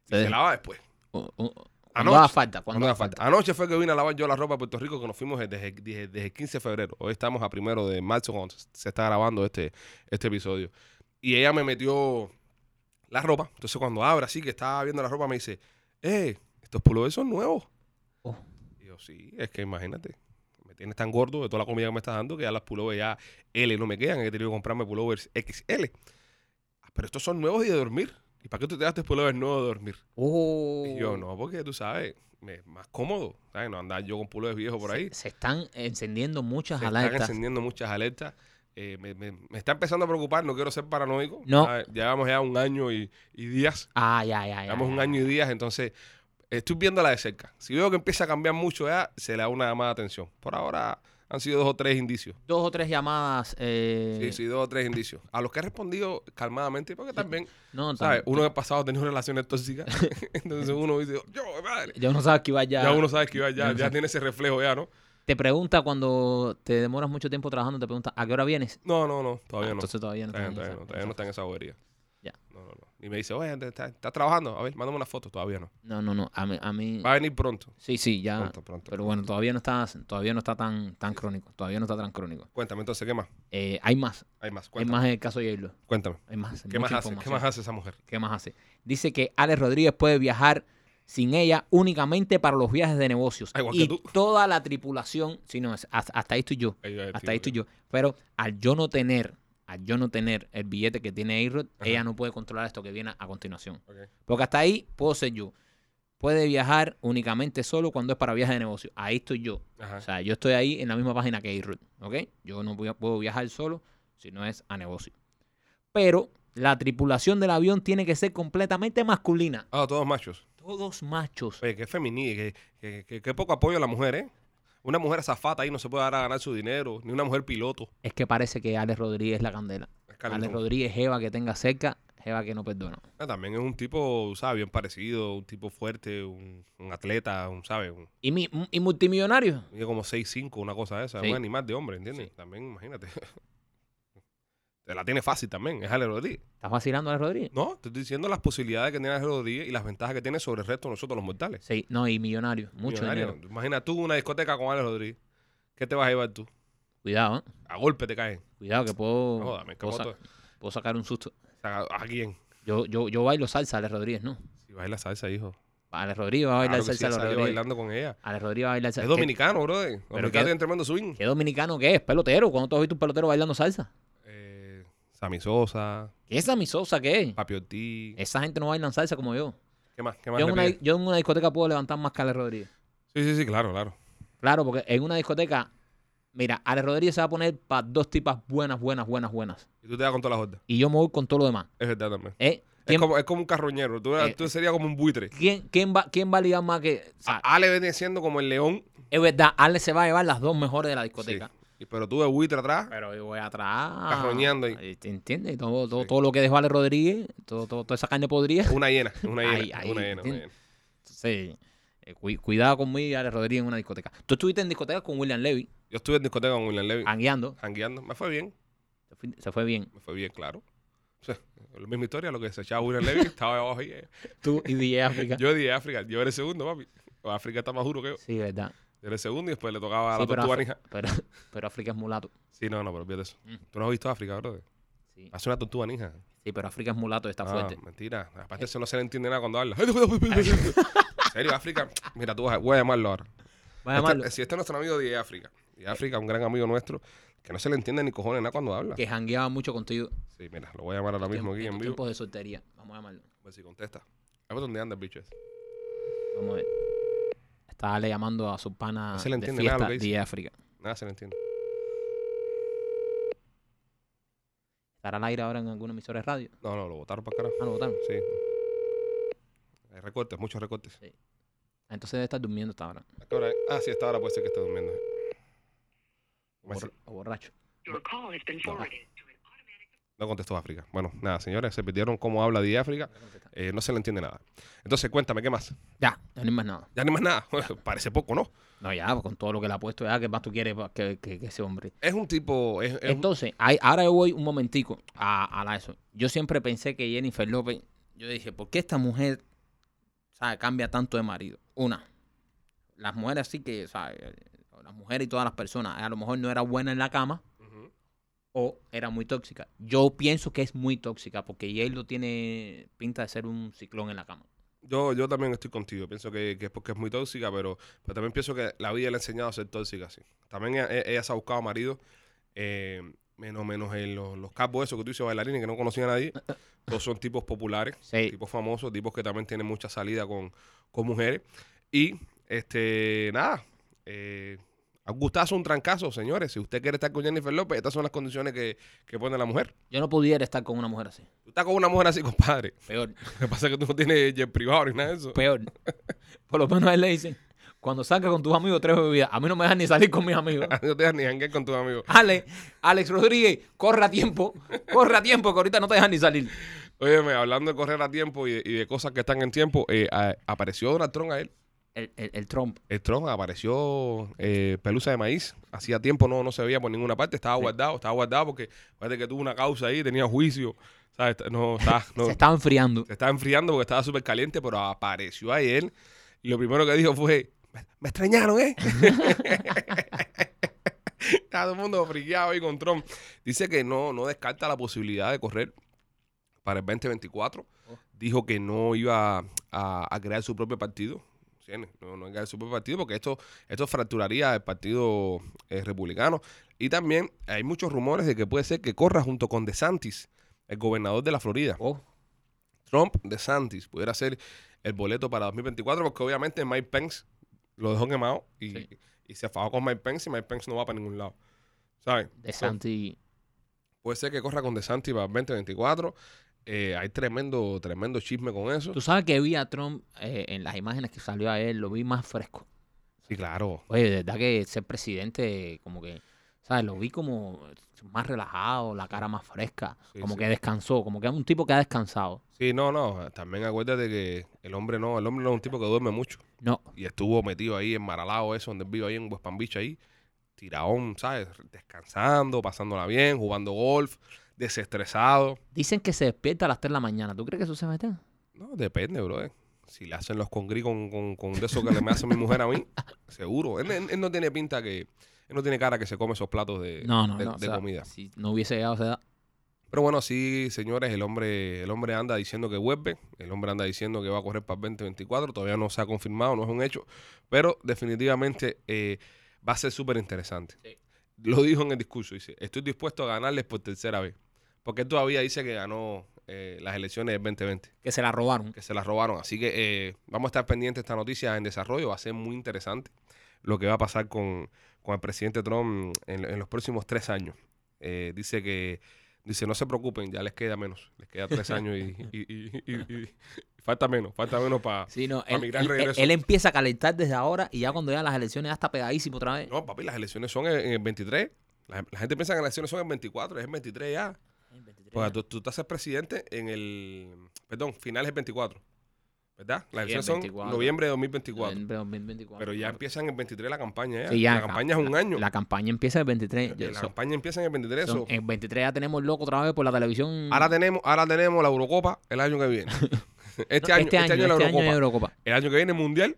[SPEAKER 1] Y
[SPEAKER 2] Se
[SPEAKER 1] se,
[SPEAKER 2] deja.
[SPEAKER 1] lava después.
[SPEAKER 2] O- o- Cuando
[SPEAKER 1] Anoche.
[SPEAKER 2] haga falta. Cuando
[SPEAKER 1] Ah, Cuando
[SPEAKER 2] haga
[SPEAKER 1] haga
[SPEAKER 2] falta.
[SPEAKER 1] Anoche fue que vine a lavar yo la ropa a Puerto Rico que nos fuimos desde, desde- desde el 15 de febrero. Hoy estamos a primero de marzo cuando se está grabando este, este episodio. Y ella me metió la ropa. Entonces cuando abre así, que estaba viendo la ropa, me dice, eh, estos pullovers son nuevos.
[SPEAKER 2] Oh.
[SPEAKER 1] Y yo, sí, es que imagínate, me tienes tan gordo de toda la comida que me estás dando que ya las pullovers ya L no me quedan, he tenido que comprarme pullovers XL. "Ah, Pero estos son nuevos y de dormir. ¿Y para qué tú te das pullovers nuevos de dormir?
[SPEAKER 2] Oh.
[SPEAKER 1] Y yo, no, porque tú sabes, me es más cómodo, ¿sabes? No andar yo con pullovers viejos por ahí.
[SPEAKER 2] Se, se están encendiendo muchas
[SPEAKER 1] Se están
[SPEAKER 2] alertas.
[SPEAKER 1] encendiendo muchas alertas. Eh, me, me- me está empezando a preocupar, no quiero ser paranoico.
[SPEAKER 2] No.
[SPEAKER 1] ¿sabes? Llevamos ya un año y, y días.
[SPEAKER 2] Ah, ya, ya, ya.
[SPEAKER 1] Llevamos un
[SPEAKER 2] ya.
[SPEAKER 1] año y días, entonces estoy viéndola de cerca. Si veo que empieza a cambiar mucho ya, se le da una llamada de atención. Por ahora han sido dos o tres indicios.
[SPEAKER 2] Dos o tres llamadas. eh,
[SPEAKER 1] Sí, sí, dos o tres indicios. A los que he respondido calmadamente, porque también,
[SPEAKER 2] No,
[SPEAKER 1] ¿sabes?
[SPEAKER 2] tan-
[SPEAKER 1] Uno en el pasado ha tenido relaciones tóxicas. entonces uno dice, yo, madre.
[SPEAKER 2] Ya uno sabe que va ya.
[SPEAKER 1] Ya uno sabe que iba,
[SPEAKER 2] Ya
[SPEAKER 1] ya,
[SPEAKER 2] uno
[SPEAKER 1] ya
[SPEAKER 2] sabe.
[SPEAKER 1] tiene ese reflejo ya, ¿no?
[SPEAKER 2] Te pregunta cuando te demoras mucho tiempo trabajando, te pregunta, ¿a qué hora vienes?
[SPEAKER 1] No, no, no,
[SPEAKER 2] Ah,
[SPEAKER 1] todavía no.
[SPEAKER 2] Entonces todavía no
[SPEAKER 1] Todavía,
[SPEAKER 2] estás en
[SPEAKER 1] todavía
[SPEAKER 2] esa-
[SPEAKER 1] no, todavía no está en esa bobería.
[SPEAKER 2] Ya.
[SPEAKER 1] No, no, no. Y me dice, oye, ¿dónde ¿estás estás trabajando? A ver, mándame una foto. Todavía no.
[SPEAKER 2] No, no, no. A mí, a mí-
[SPEAKER 1] Va a venir pronto.
[SPEAKER 2] sí, sí, ya.
[SPEAKER 1] Pronto, pronto.
[SPEAKER 2] Mm. Ah, Pero bueno, todavía no está, todavía no está tan, tan crónico. Todavía no está tan crónico.
[SPEAKER 1] Cuéntame, entonces, ¿qué más?
[SPEAKER 2] Eh, hay más.
[SPEAKER 1] Hay más.
[SPEAKER 2] Hay
[SPEAKER 1] Cuéntame.
[SPEAKER 2] más en el caso de Yaylo.
[SPEAKER 1] Cuéntame.
[SPEAKER 2] Hay más.
[SPEAKER 1] ¿Qué más
[SPEAKER 2] mucha
[SPEAKER 1] hace? ¿Qué
[SPEAKER 2] información.
[SPEAKER 1] más hace esa mujer?
[SPEAKER 2] ¿Qué más hace? Dice que Alex Rodríguez puede viajar sin ella únicamente para los viajes de negocios.
[SPEAKER 1] Ah, igual que
[SPEAKER 2] y
[SPEAKER 1] tú.
[SPEAKER 2] toda la tripulación, si no, es- hasta, hasta ahí estoy yo.
[SPEAKER 1] Ahí va el
[SPEAKER 2] Hasta
[SPEAKER 1] tipo,
[SPEAKER 2] ahí estoy yo. Pero al yo no tener, al yo no tener el billete que tiene Ayrod,
[SPEAKER 1] Ajá.
[SPEAKER 2] ella no puede controlar esto que viene a continuación.
[SPEAKER 1] Ok.
[SPEAKER 2] Porque hasta ahí puedo ser yo. Puede viajar únicamente solo cuando es para viajes de negocios. Ahí estoy yo.
[SPEAKER 1] Ajá.
[SPEAKER 2] O sea, yo estoy ahí en la misma página que Ayrut, ¿ok? Yo no voy a- puedo viajar solo si no es a negocio. Pero la tripulación del avión tiene que ser completamente masculina.
[SPEAKER 1] Ah, todos machos.
[SPEAKER 2] Todos machos.
[SPEAKER 1] Oye, qué feminista, qué, qué- qué- qué poco apoyo a la mujer, ¿eh? Una mujer azafata ahí no se puede dar a ganar su dinero, ni una mujer piloto.
[SPEAKER 2] Es que parece que Alex Rodríguez es la candela.
[SPEAKER 1] Es
[SPEAKER 2] Alex
[SPEAKER 1] calentón.
[SPEAKER 2] Rodríguez, Jeva que tenga cerca, Jeva que no perdona.
[SPEAKER 1] Ah, también es un tipo, ¿sabes? Bien parecido, un tipo fuerte, un, un atleta, un, ¿sabes? Un,
[SPEAKER 2] Y, mi- y multimillonario.
[SPEAKER 1] Mide como 6'5, una cosa de esa.
[SPEAKER 2] Sí.
[SPEAKER 1] Un animal de hombre, ¿entiendes?
[SPEAKER 2] Sí.
[SPEAKER 1] También, imagínate. Te la tiene fácil también, es Ale Rodríguez.
[SPEAKER 2] ¿Estás vacilando, Alex Rodríguez?
[SPEAKER 1] No, te estoy diciendo las posibilidades que tiene Ale Rodríguez y las ventajas que tiene sobre el resto de nosotros los mortales.
[SPEAKER 2] Sí, no, y millonario. Mucho
[SPEAKER 1] Millonario.
[SPEAKER 2] dinero.
[SPEAKER 1] Imagina tú una discoteca con Ale Rodríguez. ¿Qué te vas a llevar tú?
[SPEAKER 2] Cuidado, ¿eh?
[SPEAKER 1] A golpe te caen.
[SPEAKER 2] Cuidado que puedo,
[SPEAKER 1] No, dame,
[SPEAKER 2] puedo, sa-
[SPEAKER 1] capoto.
[SPEAKER 2] puedo sacar un susto.
[SPEAKER 1] O sea, ¿A quién?
[SPEAKER 2] Yo, yo, yo bailo salsa, Alex Rodríguez, ¿no.
[SPEAKER 1] Si baila salsa, hijo.
[SPEAKER 2] Alex Rodríguez va a bailar
[SPEAKER 1] Claro que sí,
[SPEAKER 2] salsa. Alex
[SPEAKER 1] salió
[SPEAKER 2] Rodríguez.
[SPEAKER 1] bailando con ella.
[SPEAKER 2] Alex Rodríguez va a bailar salsa.
[SPEAKER 1] Es
[SPEAKER 2] ¿Qué-
[SPEAKER 1] dominicano, brother. Los dominicanos
[SPEAKER 2] qué-
[SPEAKER 1] tienen tremendo swing.
[SPEAKER 2] ¿Qué dominicano que es? Pelotero. ¿Cuándo tú has visto un pelotero bailando salsa?
[SPEAKER 1] Eh, Sammy Sosa,
[SPEAKER 2] ¿Qué esa misosa que es?
[SPEAKER 1] Papi Ortiz.
[SPEAKER 2] Esa gente no baila salsa como yo.
[SPEAKER 1] ¿Qué más? ¿Qué más?
[SPEAKER 2] Eh, Yo en,
[SPEAKER 1] le
[SPEAKER 2] una,
[SPEAKER 1] pides?
[SPEAKER 2] yo en una discoteca puedo levantar más que Alex Rodríguez.
[SPEAKER 1] Sí, sí, sí, claro, claro.
[SPEAKER 2] Claro, porque en una discoteca, mira, Alex Rodríguez se va a poner para dos tipas buenas, buenas, buenas, buenas.
[SPEAKER 1] Y tú te das con todas las gordas.
[SPEAKER 2] Y yo me voy con todo lo demás.
[SPEAKER 1] Es verdad también.
[SPEAKER 2] ¿Eh?
[SPEAKER 1] Es
[SPEAKER 2] ¿Quién,
[SPEAKER 1] como, es como un carroñero. Tú,
[SPEAKER 2] Eh,
[SPEAKER 1] tú serías como un buitre.
[SPEAKER 2] quién- quién va, quién va a ligar más que.? o sea,
[SPEAKER 1] Ale viene siendo como el león.
[SPEAKER 2] es verdad, Alex se va a llevar las dos mejores de la discoteca.
[SPEAKER 1] Sí. Y- Pero tú de buitre atrás.
[SPEAKER 2] Pero yo voy atrás.
[SPEAKER 1] Carroñando ahí.
[SPEAKER 2] ¿Te entiendes? Todo, todo,
[SPEAKER 1] Sí.
[SPEAKER 2] todo lo que dejó Alex Rodríguez, todo, todo- toda esa carne podría.
[SPEAKER 1] Una hiena. Una hiena.
[SPEAKER 2] Ahí, ahí,
[SPEAKER 1] una hiena. Una
[SPEAKER 2] ¿entiendes?
[SPEAKER 1] hiena.
[SPEAKER 2] Entonces, eh, cu- cuidado conmigo y Alex Rodríguez en una discoteca. Tú estuviste en discoteca con William Levy,
[SPEAKER 1] Yo estuve en discoteca con William Levy.
[SPEAKER 2] hangueando.
[SPEAKER 1] Jangueando. Me fue bien.
[SPEAKER 2] Se fue- Se fue bien.
[SPEAKER 1] Me fue bien, claro. O sea, la misma historia, lo que se echaba William Levy. Estaba abajo ahí. eh.
[SPEAKER 2] Tú y DJ África.
[SPEAKER 1] Yo dije África. Yo era el segundo, papi. África está más duro que yo.
[SPEAKER 2] Sí, verdad.
[SPEAKER 1] Yo era el segundo y después le tocaba a
[SPEAKER 2] Sí,
[SPEAKER 1] la
[SPEAKER 2] pero,
[SPEAKER 1] tortuga
[SPEAKER 2] África-
[SPEAKER 1] ninja.
[SPEAKER 2] pero, pero África es mulato.
[SPEAKER 1] Sí, no, no, pero olvídate eso.
[SPEAKER 2] Mm.
[SPEAKER 1] Tú no has visto África, brother.
[SPEAKER 2] Sí,
[SPEAKER 1] Hace una tortuga ninja.
[SPEAKER 2] Sí, pero África es mulato y está
[SPEAKER 1] Ah,
[SPEAKER 2] fuerte. Eh.
[SPEAKER 1] Mentira. Aparte, eso no se le entiende nada cuando habla. En serio, África. Mira, tú vas a- voy a llamarlo ahora.
[SPEAKER 2] Voy a llamarlo.
[SPEAKER 1] Este- si este es nuestro amigo de África. De África, un gran amigo nuestro, que no se le entiende ni cojones nada cuando habla.
[SPEAKER 2] Que este jangueaba mucho contigo.
[SPEAKER 1] Sí, mira, lo voy a llamar ahora mismo aquí en vivo.
[SPEAKER 2] Tiempos de soltería. Vamos a llamarlo.
[SPEAKER 1] A ver si contesta. A ver dónde anda el bicho ese.
[SPEAKER 2] Vamos a ver. Estaba le llamando a su pana
[SPEAKER 1] No se le
[SPEAKER 2] de
[SPEAKER 1] entiende nada lo
[SPEAKER 2] fiesta,
[SPEAKER 1] que dice.
[SPEAKER 2] DJ África.
[SPEAKER 1] Nada se le entiende.
[SPEAKER 2] ¿Estará al aire ahora en alguna emisora de radio?
[SPEAKER 1] No, no, lo botaron para carajo.
[SPEAKER 2] Ah, lo votaron.
[SPEAKER 1] Sí. Hay recortes, muchos recortes.
[SPEAKER 2] Ah, Entonces debe estar durmiendo hasta ahora.
[SPEAKER 1] ¿A qué hora es? Ah, sí, esta hora puede ser que está durmiendo.
[SPEAKER 2] O,
[SPEAKER 1] Pues
[SPEAKER 2] borr- o borracho.
[SPEAKER 3] Your call has been forwarded to an
[SPEAKER 1] No contestó África. Bueno, nada, señores, se perdieron cómo habla de África. Eh, no se le entiende nada. Entonces, cuéntame, ¿qué más?
[SPEAKER 2] Ya, no hay más nada.
[SPEAKER 1] Ya ni más nada. Parece poco, ¿no?
[SPEAKER 2] No, ya, pues, con todo lo que le ha puesto, ya, que más tú quieres pa- que, que- que ese hombre?
[SPEAKER 1] Es un tipo. Es, es un-
[SPEAKER 2] Entonces, ahí- ahora yo voy un momentico a, a la eso. Yo siempre pensé que Jennifer López, yo dije, ¿por qué esta mujer sabe, cambia tanto de marido? Una, las mujeres sí que, sabe, las mujeres y todas las personas, a lo mejor no era buena en la cama,
[SPEAKER 1] Ujú.
[SPEAKER 2] o era muy tóxica. Yo pienso que es muy tóxica porque J-Lo tiene pinta de ser un ciclón en la cama.
[SPEAKER 1] Yo, yo también estoy contigo. Pienso que, que es porque es muy tóxica, pero, pero también pienso que la vida le ha enseñado a ser tóxica, sí. También ella, e-, ella se ha buscado marido, eh, menos menos en los, los capos esos que tú dices, bailarines, que no conocían a nadie. Todos son tipos populares,
[SPEAKER 2] Sí.
[SPEAKER 1] tipos famosos, tipos que también tienen mucha salida con, con mujeres. Y, este, nada, eh, a gustazo un trancazo, señores. Si usted quiere estar con Jennifer López, estas son las condiciones que, que pone la mujer.
[SPEAKER 2] Yo no pudiera estar con una mujer así.
[SPEAKER 1] Tú estás con una mujer así, compadre.
[SPEAKER 2] Peor,
[SPEAKER 1] Lo que pasa es que tú no tienes jet privado ni nada de eso.
[SPEAKER 2] peor. Por lo menos a él le dicen, cuando salga con tus amigos, tres bebidas. A mí no me dejan ni salir con mis amigos.
[SPEAKER 1] No te das ni janguear con tus amigos.
[SPEAKER 2] Ale, Alex Rodríguez, corre a tiempo, corre a tiempo, que ahorita no te dejan ni salir.
[SPEAKER 1] Óyeme, hablando de correr a tiempo y de, y de cosas que están en tiempo, eh, a- apareció Donald Trump a él.
[SPEAKER 2] El, el, el Trump.
[SPEAKER 1] El Trump apareció eh, pelusa de maíz. Hacía tiempo no, no se veía por ninguna parte. Estaba guardado, estaba guardado porque parece que tuvo una causa ahí, tenía juicio. ¿Sabes? No, está, no,
[SPEAKER 2] Se estaba enfriando.
[SPEAKER 1] se estaba enfriando porque estaba súper caliente, pero apareció ayer. Y lo primero que dijo fue, me, me extrañaron, ¿eh? Está todo el mundo friqueado ahí con Trump. Dice que no, no descarta la posibilidad de correr para el 2024. Dijo que no iba a, a crear su propio partido. ¿Entiendes? No, no iba a crear su propio partido porque esto, esto fracturaría el partido eh, republicano. Y también hay muchos rumores de que puede ser que corra junto con DeSantis, el gobernador de la Florida.
[SPEAKER 2] Oh,
[SPEAKER 1] Trump de Santis pudiera ser el boleto para 2024, porque obviamente Mike Pence lo dejó quemado y,
[SPEAKER 2] Sí.
[SPEAKER 1] y se afajó con Mike Pence y Mike Pence no va para ningún lado. ¿Sabes?
[SPEAKER 2] de Santi.
[SPEAKER 1] Puede ser que corra con DeSantis para el 2024. Eh, hay tremendo, tremendo chisme con eso.
[SPEAKER 2] Tú sabes que vi a Trump eh, en las imágenes que salió a él, lo vi más fresco.
[SPEAKER 1] Sí, claro.
[SPEAKER 2] Oye, de verdad que ser presidente, como que, ¿sabes? Lo vi como más relajado, la cara más fresca,
[SPEAKER 1] Sí,
[SPEAKER 2] como
[SPEAKER 1] sí.
[SPEAKER 2] que descansó, como que es un tipo que ha descansado.
[SPEAKER 1] Sí, no, no. También acuérdate que el hombre no, el hombre no es un tipo que duerme mucho.
[SPEAKER 2] No,
[SPEAKER 1] Y estuvo metido ahí en Maralao, eso, donde él vive ahí en West Palm Beach, ahí, tiraón, ¿sabes? Descansando, pasándola bien, jugando golf, desestresado.
[SPEAKER 2] dicen que se despierta a las 3 de la mañana. ¿Tú crees que eso se mete?
[SPEAKER 1] No, depende, brother. Si le hacen los congrí con, con, con de eso que le me hace mi mujer a mí, seguro. Él, él- él no tiene pinta que. Él no tiene cara que se come esos platos de,
[SPEAKER 2] No, no,
[SPEAKER 1] de-
[SPEAKER 2] no. o
[SPEAKER 1] de
[SPEAKER 2] sea,
[SPEAKER 1] comida.
[SPEAKER 2] Si no hubiese llegado a esa edad.
[SPEAKER 1] Pero bueno, sí, señores, el hombre, el hombre anda diciendo que vuelve. El hombre anda diciendo que va a correr para el 2024. Todavía no se ha confirmado, no es un hecho. Pero definitivamente eh, va a ser súper interesante.
[SPEAKER 2] Sí.
[SPEAKER 1] Lo dijo en el discurso. Dice, estoy dispuesto a ganarles por tercera vez. Porque él todavía dice que ganó eh, las elecciones del 2020
[SPEAKER 2] Que se la robaron.
[SPEAKER 1] que se las robaron. Así que eh, vamos a estar pendientes de esta noticia en desarrollo. Va a ser muy interesante lo que va a pasar con, con el presidente Trump en, en los próximos tres años. Eh, dice que, dice, no se preocupen, ya les queda menos. Les queda tres años y, y- y- y- y- falta menos, falta menos para...
[SPEAKER 2] Sí, no,
[SPEAKER 1] Para
[SPEAKER 2] él,
[SPEAKER 1] mi gran
[SPEAKER 2] él- él-
[SPEAKER 1] regreso.
[SPEAKER 2] él empieza a calentar desde ahora y ya cuando llegan las elecciones ya está pegadísimo otra vez.
[SPEAKER 1] No, papi, las elecciones son en, en el 23. La, la gente piensa que las elecciones son en 24, es el 23 ya. Pues tú, tú te haces presidente en el... Perdón, finales del 24. ¿Verdad? Las
[SPEAKER 2] Sí, el
[SPEAKER 1] elecciones
[SPEAKER 2] 24.
[SPEAKER 1] son noviembre de 2024.
[SPEAKER 2] Noviembre 2024.
[SPEAKER 1] Pero ya empiezan el 23 la campaña. Ya.
[SPEAKER 2] Sí, ya,
[SPEAKER 1] la campaña es un
[SPEAKER 2] la-
[SPEAKER 1] año.
[SPEAKER 2] La campaña empieza el 23.
[SPEAKER 1] la
[SPEAKER 2] Eso-
[SPEAKER 1] campaña empieza en el 23.
[SPEAKER 2] son-
[SPEAKER 1] so-
[SPEAKER 2] en 23 ya tenemos loco otra vez por la televisión.
[SPEAKER 1] Ahora, tenemos, ahora tenemos la Eurocopa el año que viene. este,
[SPEAKER 2] No,
[SPEAKER 1] año, este, año, la
[SPEAKER 2] este
[SPEAKER 1] Eurocopa.
[SPEAKER 2] año es Eurocopa.
[SPEAKER 1] El año que viene Mundial,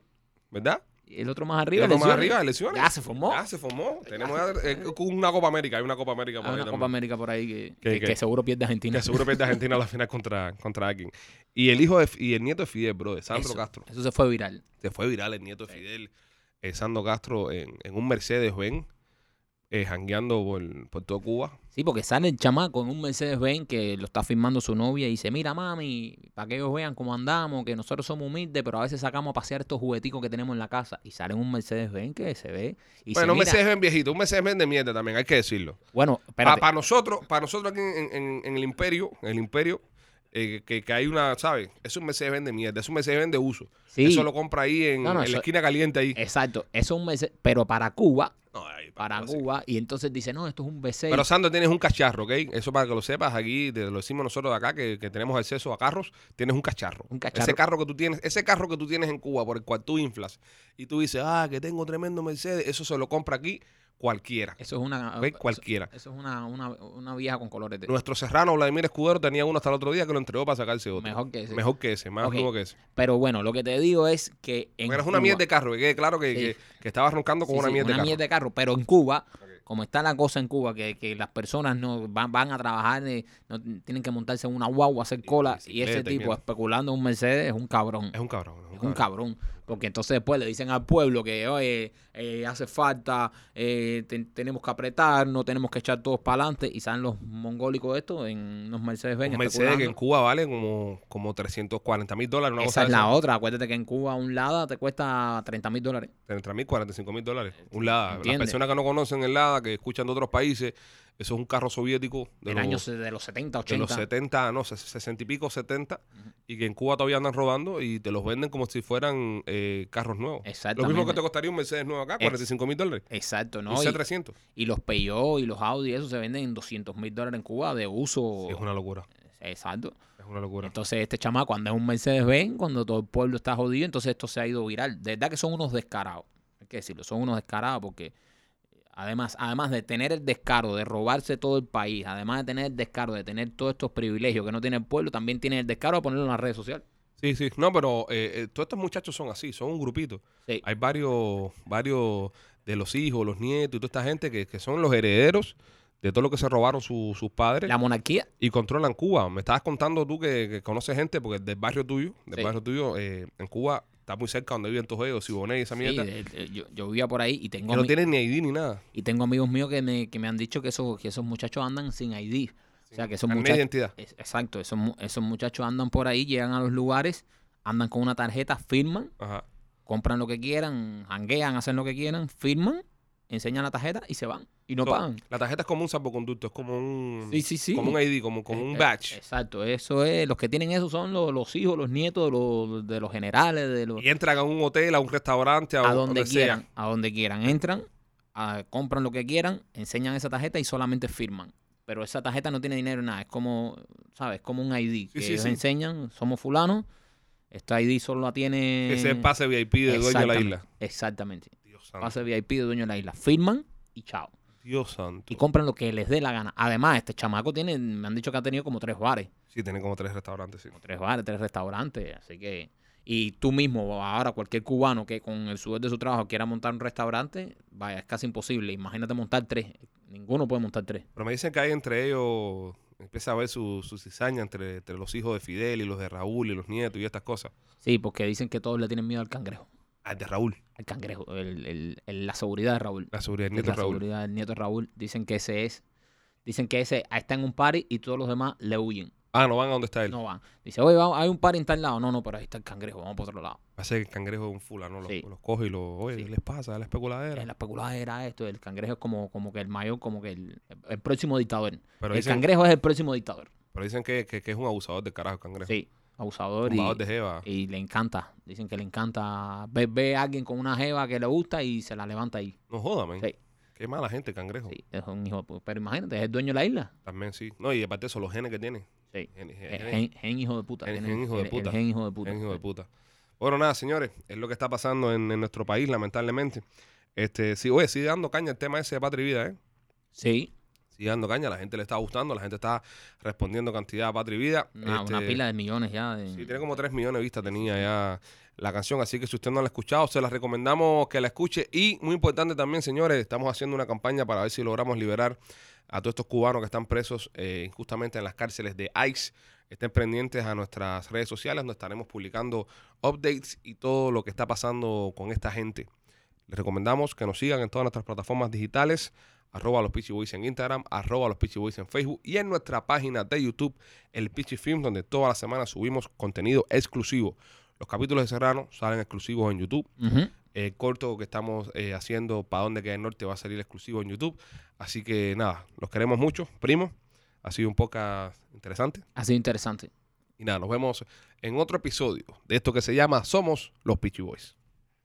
[SPEAKER 1] ¿verdad?
[SPEAKER 2] Y El otro más arriba.
[SPEAKER 1] Y lo más
[SPEAKER 2] elecciones.
[SPEAKER 1] arriba, elecciones.
[SPEAKER 2] Ya se formó.
[SPEAKER 1] Ya se formó. Tenemos ya, eh, una Copa América. Hay una Copa América por
[SPEAKER 2] Hay
[SPEAKER 1] ahí
[SPEAKER 2] una
[SPEAKER 1] también.
[SPEAKER 2] Copa América por ahí que,
[SPEAKER 1] ¿Qué,
[SPEAKER 2] que-
[SPEAKER 1] qué?
[SPEAKER 2] que seguro pierde Argentina.
[SPEAKER 1] Que seguro pierde Argentina a la final contra, contra alguien. Y el hijo de, y el nieto de Fidel, bro, de Sandro
[SPEAKER 2] eso,
[SPEAKER 1] Castro.
[SPEAKER 2] Eso se fue viral.
[SPEAKER 1] Se fue viral el nieto de Fidel, eh, Sandro Castro, en, en un Mercedes Benz, eh, jangueando por, por toda Cuba.
[SPEAKER 2] Sí, porque sale el chamaco en un Mercedes-Benz que lo está firmando su novia y dice, mira mami, para que ellos vean cómo andamos, que nosotros somos humildes, pero a veces sacamos a pasear estos jugueticos que tenemos en la casa. Y sale en un Mercedes-Benz que se ve. Y
[SPEAKER 1] bueno, un
[SPEAKER 2] se mira.
[SPEAKER 1] Mercedes Benz viejito, un Mercedes Benz de mierda también, hay que decirlo.
[SPEAKER 2] Bueno,
[SPEAKER 1] Para
[SPEAKER 2] espérate.
[SPEAKER 1] nosotros, para nosotros aquí en, en- en el imperio, en el imperio, eh, que, que hay una, ¿sabes? Es un Mercedes Benz de mierda, es un Mercedes Benz de uso.
[SPEAKER 2] Sí.
[SPEAKER 1] Eso lo compra ahí en,
[SPEAKER 2] No, no,
[SPEAKER 1] en
[SPEAKER 2] eso-
[SPEAKER 1] la esquina caliente ahí.
[SPEAKER 2] Exacto, eso es un Mercedes, pero para Cuba,
[SPEAKER 1] No, ahí
[SPEAKER 2] para
[SPEAKER 1] no sé.
[SPEAKER 2] Cuba, y entonces dice, no, esto es un B6.
[SPEAKER 1] Pues Pero Sandro, tienes un cacharro, ¿ok? Eso para que lo sepas, aquí te lo decimos nosotros de acá, que, que tenemos acceso a carros, tienes un cacharro.
[SPEAKER 2] Un cacharro.
[SPEAKER 1] Ese carro que tú tienes, ese carro que tú tienes en Cuba por el cual tú inflas y tú dices, ah, que tengo tremendo Mercedes, eso se lo compra aquí cualquiera.
[SPEAKER 2] eso es una...
[SPEAKER 1] ¿ok? Cualquiera.
[SPEAKER 2] Eso, eso es una, una, una vieja con colores de...
[SPEAKER 1] Nuestro serrano Vladimir Escudero tenía uno hasta el otro día que lo entregó para sacarse otro.
[SPEAKER 2] Mejor que ese.
[SPEAKER 1] Mejor que ese, más
[SPEAKER 2] Ok.
[SPEAKER 1] nuevo que ese.
[SPEAKER 2] Pero bueno, lo que te digo es que en
[SPEAKER 1] Porque eres
[SPEAKER 2] Cuba-
[SPEAKER 1] una mierda de carro, que quede claro que,
[SPEAKER 2] Sí.
[SPEAKER 1] que, que estabas roncando con
[SPEAKER 2] Sí,
[SPEAKER 1] una
[SPEAKER 2] sí,
[SPEAKER 1] mierda de carro.
[SPEAKER 2] pero en Cuba como está la cosa en Cuba, que, que las personas no van, van a trabajar, eh, no tienen que montarse en una guagua, hacer cola, y ese
[SPEAKER 1] bicicleta y
[SPEAKER 2] tipo
[SPEAKER 1] mierda.
[SPEAKER 2] especulando en un Mercedes es un cabrón.
[SPEAKER 1] Es un cabrón. es
[SPEAKER 2] Es un cabrón. Porque entonces después le dicen al pueblo que, oye, eh, hace falta, eh, ten- tenemos que apretar, no tenemos que echar todos para adelante. Y salen los mongólicos estos en unos Mercedes Benz.
[SPEAKER 1] Un Mercedes que en Cuba vale como, como 340 mil dólares. Una
[SPEAKER 2] Esa
[SPEAKER 1] cosa
[SPEAKER 2] es
[SPEAKER 1] de
[SPEAKER 2] la
[SPEAKER 1] esas.
[SPEAKER 2] otra. Acuérdate que en Cuba un Lada te cuesta 30 mil dólares.
[SPEAKER 1] 30 mil, 45 mil dólares. Un Lada.
[SPEAKER 2] Entiende.
[SPEAKER 1] Las personas que no conocen el Lada, que escuchan de otros países, eso es un carro soviético de,
[SPEAKER 2] Del
[SPEAKER 1] los,
[SPEAKER 2] año se- de los 70, 80.
[SPEAKER 1] de los 70, no, ses- 60 y pico, 70, y que en Cuba todavía andan robando y te los venden como si fueran eh, carros nuevos. Lo mismo
[SPEAKER 2] Exactamente.
[SPEAKER 1] que te costaría un Mercedes nuevo acá,
[SPEAKER 2] Ex-
[SPEAKER 1] 45 mil dólares.
[SPEAKER 2] Exacto, ¿no?
[SPEAKER 1] un
[SPEAKER 2] Y,
[SPEAKER 1] C300.
[SPEAKER 2] y los Peugeot y los Audi, eso se venden en 200 mil dólares en Cuba de uso.
[SPEAKER 1] Sí, es una locura.
[SPEAKER 2] Exacto.
[SPEAKER 1] Es una locura.
[SPEAKER 2] Entonces este chamaco cuando es un Mercedes Benz, cuando todo el pueblo está jodido, entonces esto se ha ido viral. De verdad que son unos descarados, hay que decirlo, son unos descarados porque eh, además, además de tener el descaro de robarse todo el país, además de tener el descaro de tener todos estos privilegios que no tiene el pueblo, también tiene el descaro de ponerlo en las redes sociales.
[SPEAKER 1] Sí, sí. No, pero eh, eh, todos estos muchachos son así, son un grupito.
[SPEAKER 2] Sí.
[SPEAKER 1] Hay varios, varios de los hijos, los nietos y toda esta gente que, que son los herederos de todo lo que se robaron su- sus padres
[SPEAKER 2] La monarquía,
[SPEAKER 1] y controlan Cuba. Me estabas contando tú que, que conoces gente, porque del barrio tuyo, del
[SPEAKER 2] Sí.
[SPEAKER 1] barrio tuyo, eh, en Cuba está muy cerca donde viven todos ellos, Siboney y esa
[SPEAKER 2] sí,
[SPEAKER 1] mierda,
[SPEAKER 2] de- de- yo, yo vivía por ahí y tengo,
[SPEAKER 1] que no
[SPEAKER 2] ami-
[SPEAKER 1] tienen ni ID ni nada.
[SPEAKER 2] y tengo amigos míos que me, que me han dicho que esos, que esos muchachos andan sin ID. O sea, que esos
[SPEAKER 1] carnet de
[SPEAKER 2] muchachos...
[SPEAKER 1] identidad.
[SPEAKER 2] Es- exacto, esos, mu- esos muchachos andan por ahí, llegan a los lugares, andan con una tarjeta, firman
[SPEAKER 1] Ajá.
[SPEAKER 2] compran lo que quieran, hanguean, hacen lo que quieran, firman, enseñan la tarjeta y se van. Y no
[SPEAKER 1] So,
[SPEAKER 2] pagan.
[SPEAKER 1] La tarjeta es como un salvoconducto, es como un,
[SPEAKER 2] Sí, sí, sí.
[SPEAKER 1] Como un ID, como, como
[SPEAKER 2] Eh,
[SPEAKER 1] un
[SPEAKER 2] eh,
[SPEAKER 1] badge.
[SPEAKER 2] Exacto, eso es. Los que tienen eso son los, los hijos, los nietos de los, de los generales, de los.
[SPEAKER 1] Y entran a un hotel, a un restaurante, a,
[SPEAKER 2] a
[SPEAKER 1] donde
[SPEAKER 2] donde
[SPEAKER 1] sea.
[SPEAKER 2] quieran, a donde quieran. Entran, a- compran lo que quieran, enseñan esa tarjeta y solamente firman. Pero esa tarjeta no tiene dinero ni nada. Es como, ¿sabes? Como un ID. que
[SPEAKER 1] sí,
[SPEAKER 2] ellos
[SPEAKER 1] sí.
[SPEAKER 2] enseñan, somos fulanos. Esta ID solo la tiene.
[SPEAKER 1] Ese es el pase VIP de dueño de la
[SPEAKER 2] Eh, Exactamente,
[SPEAKER 1] isla.
[SPEAKER 2] Exactamente.
[SPEAKER 1] Dios santo.
[SPEAKER 2] Pase VIP de dueño de la isla. Firman y chao.
[SPEAKER 1] Dios santo.
[SPEAKER 2] y compran lo que les dé la gana. Además, este chamaco tiene, me han dicho que ha tenido como tres bares,
[SPEAKER 1] Sí, tiene como tres restaurantes, sí.
[SPEAKER 2] como tres bares, tres restaurantes, así que y tú mismo ahora cualquier cubano que con el sudor de su trabajo quiera montar un restaurante, vaya, es casi imposible. Imagínate montar tres, ninguno puede montar tres.
[SPEAKER 1] Pero me dicen que hay entre ellos, empieza a ver su, su cizaña entre, entre los hijos de Fidel y los de Raúl y los nietos y estas cosas.
[SPEAKER 2] Sí, porque dicen que todos le tienen miedo al cangrejo,
[SPEAKER 1] Al Ah, de Raúl,
[SPEAKER 2] al cangrejo, el- el- el- la seguridad de Raúl.
[SPEAKER 1] la seguridad del
[SPEAKER 2] Es
[SPEAKER 1] nieto
[SPEAKER 2] la
[SPEAKER 1] de Raúl.
[SPEAKER 2] seguridad del nieto de Raúl, dicen que ese es, dicen que ese está en un party y todos los demás le huyen,
[SPEAKER 1] Ah, no van a donde está él.
[SPEAKER 2] no van. Dice, oye, vamos, hay un party en tal lado, no, no, pero ahí está el cangrejo, vamos para otro lado.
[SPEAKER 1] Hace que el cangrejo es un fulano, los,
[SPEAKER 2] Sí.
[SPEAKER 1] los coge y los, oye,
[SPEAKER 2] Sí.
[SPEAKER 1] ¿qué les pasa? ¿La especuladera?
[SPEAKER 2] En Eh, la especulada era esto, el cangrejo es como, como que el mayor, como que el, el próximo dictador.
[SPEAKER 1] Pero
[SPEAKER 2] el
[SPEAKER 1] dicen-
[SPEAKER 2] cangrejo es el próximo dictador.
[SPEAKER 1] Pero dicen que, que, que es un abusador de carajo el cangrejo.
[SPEAKER 2] Sí, abusador y,
[SPEAKER 1] Fumador de jeva.
[SPEAKER 2] y le encanta. Dicen que le encanta ver, ver a alguien con una jeva que le gusta y se la levanta ahí.
[SPEAKER 1] No joda, men.
[SPEAKER 2] Sí.
[SPEAKER 1] Qué mala gente el cangrejo.
[SPEAKER 2] Sí, es un hijo de pu- Pero imagínate, es el dueño de la isla.
[SPEAKER 1] También sí. No, y aparte de eso, los genes que tiene.
[SPEAKER 2] Sí.
[SPEAKER 1] Gen- gen-
[SPEAKER 2] Es
[SPEAKER 1] gen-
[SPEAKER 2] gen, gen hijo de puta.
[SPEAKER 1] Gen-
[SPEAKER 2] tiene-
[SPEAKER 1] Eh, gen hijo de
[SPEAKER 2] el- el
[SPEAKER 1] puta.
[SPEAKER 2] gen hijo de puta.
[SPEAKER 1] Bien, hijo de puta. Bueno, nada, señores, es lo que está pasando en, en nuestro país, lamentablemente. Este, sí, oye, sigue dando caña el tema ese de Patria y Vida, ¿eh?
[SPEAKER 2] Sí,
[SPEAKER 1] Sigue dando caña, la gente le está gustando, la gente está respondiendo cantidad a Patria y Vida.
[SPEAKER 2] una, una
[SPEAKER 1] Este,
[SPEAKER 2] pila de millones ya. de-
[SPEAKER 1] Sí, tiene como 3 millones de vistas, tenía ya la canción, así que si usted no la ha escuchado, se la recomendamos que la escuche. Y muy importante también, señores, estamos haciendo una campaña para ver si logramos liberar a todos estos cubanos que están presos eh, injustamente en las cárceles de ICE. Estén pendientes a nuestras redes sociales, donde estaremos publicando updates y todo lo que está pasando con esta gente. Les recomendamos que nos sigan en todas nuestras plataformas digitales, arroba los Peachy Boys en Instagram, arroba los Peachy Boys en Facebook y en nuestra página de YouTube, el Peachy Film, donde toda la semana subimos contenido exclusivo. Los capítulos de Serrano salen exclusivos en YouTube.
[SPEAKER 2] Ujú.
[SPEAKER 1] El corto que estamos eh, haciendo, para donde queda el norte, va a salir exclusivo en YouTube. Así que nada, los queremos mucho, primo. Ha sido un poco interesante.
[SPEAKER 2] Ha sido interesante.
[SPEAKER 1] Y nada, nos vemos en otro episodio de esto que se llama Somos los Peachy Boys.